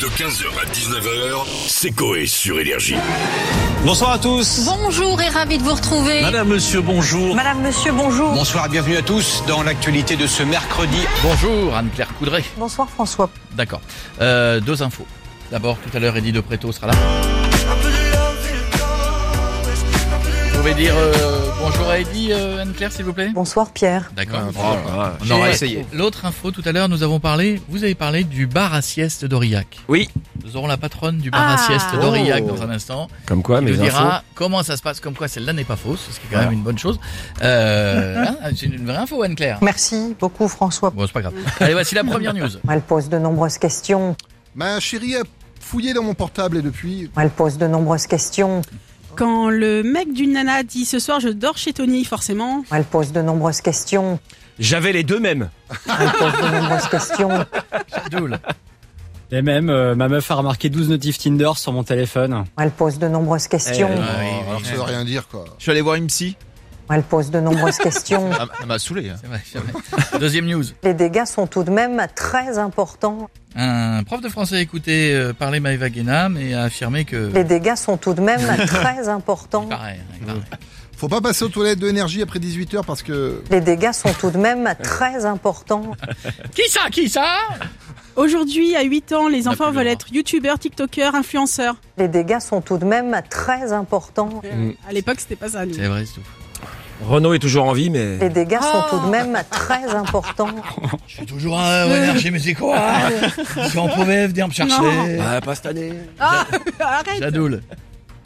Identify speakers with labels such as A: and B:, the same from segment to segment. A: De 15h à 19h, c'est Coé sur Énergie.
B: Bonsoir à tous.
C: Bonjour et ravi de vous retrouver.
B: Madame, monsieur, bonjour.
D: Madame, monsieur, bonjour.
E: Bonsoir et bienvenue à tous dans l'actualité de ce mercredi.
F: Bonjour Anne-Claire Coudray.
D: Bonsoir François.
F: D'accord. Euh, deux infos. D'abord, tout à l'heure, Eddie de Preto sera là. Vous pouvez dire euh, bonjour à Eddie, euh, Anne-Claire, s'il vous plaît
D: Bonsoir Pierre.
F: D'accord. On aura essayé. L'autre info, tout à l'heure, nous avons parlé, vous avez parlé du bar à sieste d'Aurillac.
E: Oui.
F: Nous aurons la patronne du bar à sieste d'Aurillac dans un instant.
G: Comme quoi,
F: qui
G: mais
F: nous dira comment ça se passe, comme quoi celle-là n'est pas fausse, ce qui est quand même une bonne chose. Euh, hein, c'est une vraie info, Anne-Claire.
D: Merci beaucoup François.
F: Bon, c'est pas grave. Allez, voici la première news.
D: Elle pose de nombreuses questions.
H: Ma chérie a fouillé dans mon portable et depuis.
D: Elle pose de nombreuses questions.
I: Quand le mec d'une nana dit ce soir je dors chez Tony, forcément.
D: Elle pose de nombreuses questions.
G: J'avais les deux mêmes.
D: Elle pose de nombreuses questions.
F: Doul.
J: Et même, euh, ma meuf a remarqué 12 notifs Tinder sur mon téléphone.
D: Elle pose de nombreuses questions.
F: Euh,
H: Oh,
F: oui, oui.
H: alors ça veut rien dire quoi.
E: Je suis allé voir une psy.
D: Elle pose de nombreuses questions.
F: Ah.
E: Elle elle m'a saoulé.
F: C'est vrai, c'est vrai. Deuxième news.
D: Les dégâts sont tout de même très importants.
F: Un prof de français a écouté euh, parler Maëva Guénam et a affirmé que... hein,
D: Les dégâts sont tout de même très importants.
F: Il paraît, il paraît.
H: Faut pas passer aux toilettes de énergie après 18h parce que.
D: Les dégâts sont tout de même très importants.
F: Qui ça Qui ça
I: Aujourd'hui, à 8 ans, les
F: n'a plus
I: enfants
F: le
I: veulent
F: droit.
I: être youtubeurs, tiktokers, influenceurs.
D: Les dégâts sont tout de même très importants.
I: À l'époque, c'était pas ça, nous.
F: Mm. C'est vrai, c'est tout.
G: Renault est toujours en vie, mais.
D: Les dégâts sont tout de même très importants.
F: Je suis toujours à énergie, mais c'est quoi Si on pouvait venir me chercher...
I: Non.
G: Ah, pas cette année.
I: Ah, arrête
F: Jadoul.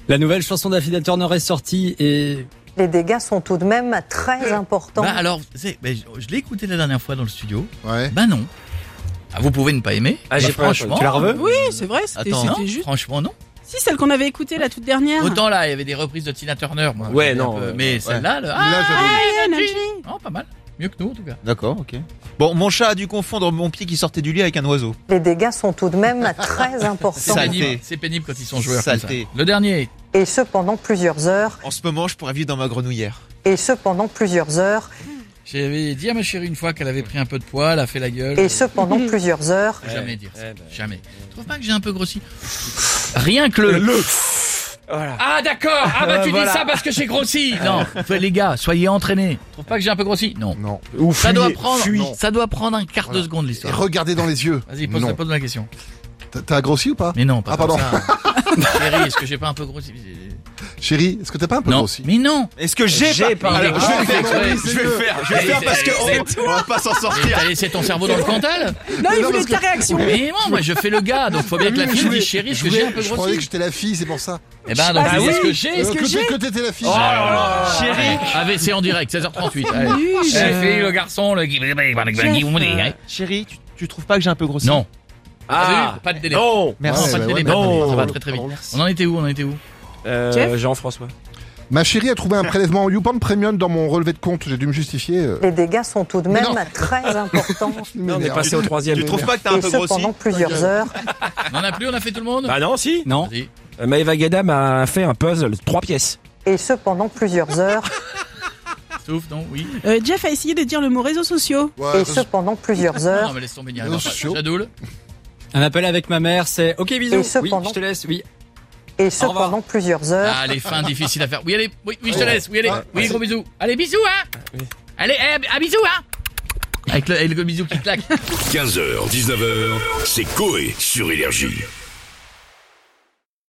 J: La nouvelle chanson d'Affida Turner est sortie et
D: Les dégâts sont tout de même très importants.
F: Bah alors, vous savez, ben, je, je l'ai écouté la dernière fois dans le studio.
H: Ouais.
F: Bah non. Ah, vous pouvez ne pas aimer.
G: Ah, j'ai
F: Bah,
G: pas-
F: franchement.
J: tu la reveux
I: Oui, c'est vrai, c'était
F: Attends, non,
I: c'était juste.
F: franchement non.
I: Si, celle qu'on avait écoutée la toute dernière.
F: Autant là, il y avait des reprises de Tina Turner. moi,
G: Ouais,
F: j'aimais un
G: non,
F: peu,
G: euh,
F: mais celle-là, le- ah,
H: Là, j'avais-
I: Ah, Energy.
F: non, pas mal. Mieux que nous en tout cas.
E: D'accord, ok. Bon, mon chat a dû confondre mon pied qui sortait du lit avec un oiseau.
D: Les dégâts sont tout de même très
F: C'est
D: importants.
E: Saleté.
F: pénible, c'est pénible quand ils sont joueurs. comme ça.
E: Saleté.
F: Le dernier.
D: Et ce pendant plusieurs heures.
E: En ce moment, je pourrais vivre dans ma grenouillère.
D: Et ce pendant plusieurs heures.
F: J'avais dit à ma chérie une fois qu'elle avait pris un peu de poids, elle a fait la gueule.
D: Et ce pendant plusieurs heures.
F: Faut Jamais
G: Eh
F: dire
G: ben,
F: ça. Jamais. Tu trouves pas que j'ai un peu grossi Rien que le. Ah d'accord Ah bah tu dis ça parce que j'ai grossi Non Faut- Les gars, soyez entraînés. Tu trouves pas que j'ai un peu grossi Non.
H: Non.
G: Ou
F: Ça
G: fuyez,
F: doit prendre,
G: fuyez.
F: ça doit prendre un quart de
H: Voilà.
F: seconde
H: Et
F: l'histoire.
H: regardez dans les yeux.
F: Vas-y, pose,
H: Non.
F: pose la question.
H: T'as- T'as grossi ou pas
F: Mais non, pas
H: Ah,
F: comme
H: pardon.
F: ça. Chérie, est-ce que j'ai pas un peu grossi
H: Chérie, est-ce que t'as pas un peu
F: Non.
H: grossi
F: Mais non
E: Est-ce que j'ai
G: J'ai
E: pas...
G: pas-
E: Alors,
F: Ah,
E: je vais le
F: c'est vrai.
E: faire, je vais le faire, je vais le faire parce que on, on va pas s'en
F: Mais
E: sortir.
F: T'as laissé ton cerveau dans le Cantal
I: Non, il
H: non,
I: voulait
H: parce
I: ta réaction.
F: Mais non, moi je fais le gars, donc faut bien que la fille dise chérie, est-ce que j'ai un peu
H: Je croyais que
F: grossi
H: j'étais la fille, c'est pour ça.
F: Eh ben donc
I: Ah
F: tu dis,
I: oui.
F: est-ce que j'ai Ah.
I: Est-ce que
H: Euh,
I: j'ai
H: que t'étais la fille.
G: Ah
F: Chérie AVC en direct, 16h38. Allez.
I: Nul.
F: La fille, le garçon, le...
E: Chérie, tu, tu trouves pas que j'ai un peu grossi
F: hein. Non.
G: Ah,
F: T'as vu Pas de délai.
G: non. Ah,
E: Merci.
H: Ouais,
F: pas de
H: bah
F: délai,
G: ouais,
F: pas de délai,
G: non. Bah,
F: ça va très très vite. On en était où On en était où
G: Euh,
I: Jeff
G: Jean-François.
H: Ma chérie a trouvé un prélèvement YouPorn Premium dans mon relevé de compte. J'ai dû me justifier. euh,
D: Les dégâts sont tout de
H: Mais
D: même
H: non.
D: très importants.
G: on est
H: merde.
G: passé au troisième.
E: Tu trouves pas que t'as un
D: Et
E: peu
D: ce
E: grossi
D: pendant plusieurs heures.
F: On en a plus, on a fait tout le monde
G: Bah non, si.
J: non.
F: Vas-y.
G: Euh, Maëva Gadam a fait un puzzle, trois pièces.
D: Et ce pendant plusieurs heures.
F: Souffle, non Oui.
I: Euh, Jeff a essayé de dire le mot réseaux sociaux.
H: Ouais,
D: Et
H: ça,
D: ce pendant plusieurs
F: Non,
G: Euh.
D: heures.
F: mais laisse tomber, n'y
H: Non,
F: arrive pas.
H: chaud.
F: Jadoul
J: un appel avec ma mère, c'est OK bisous.
D: Et ce
J: oui,
D: pendant-
J: je te laisse. Oui.
D: Et ce
J: Au revoir.
D: pendant plusieurs heures.
F: Ah, les fins difficiles à faire. Oui, allez, oui, oui je
G: Oh.
F: te
H: Ouais.
F: laisse. Oui, allez.
H: Ouais.
F: Oui, gros bisous. Allez, bisous, hein Allez, eh, à bisous, hein Avec le, et le bisou qui claque.
A: 15h, 19h, c'est Coé sur Énergie.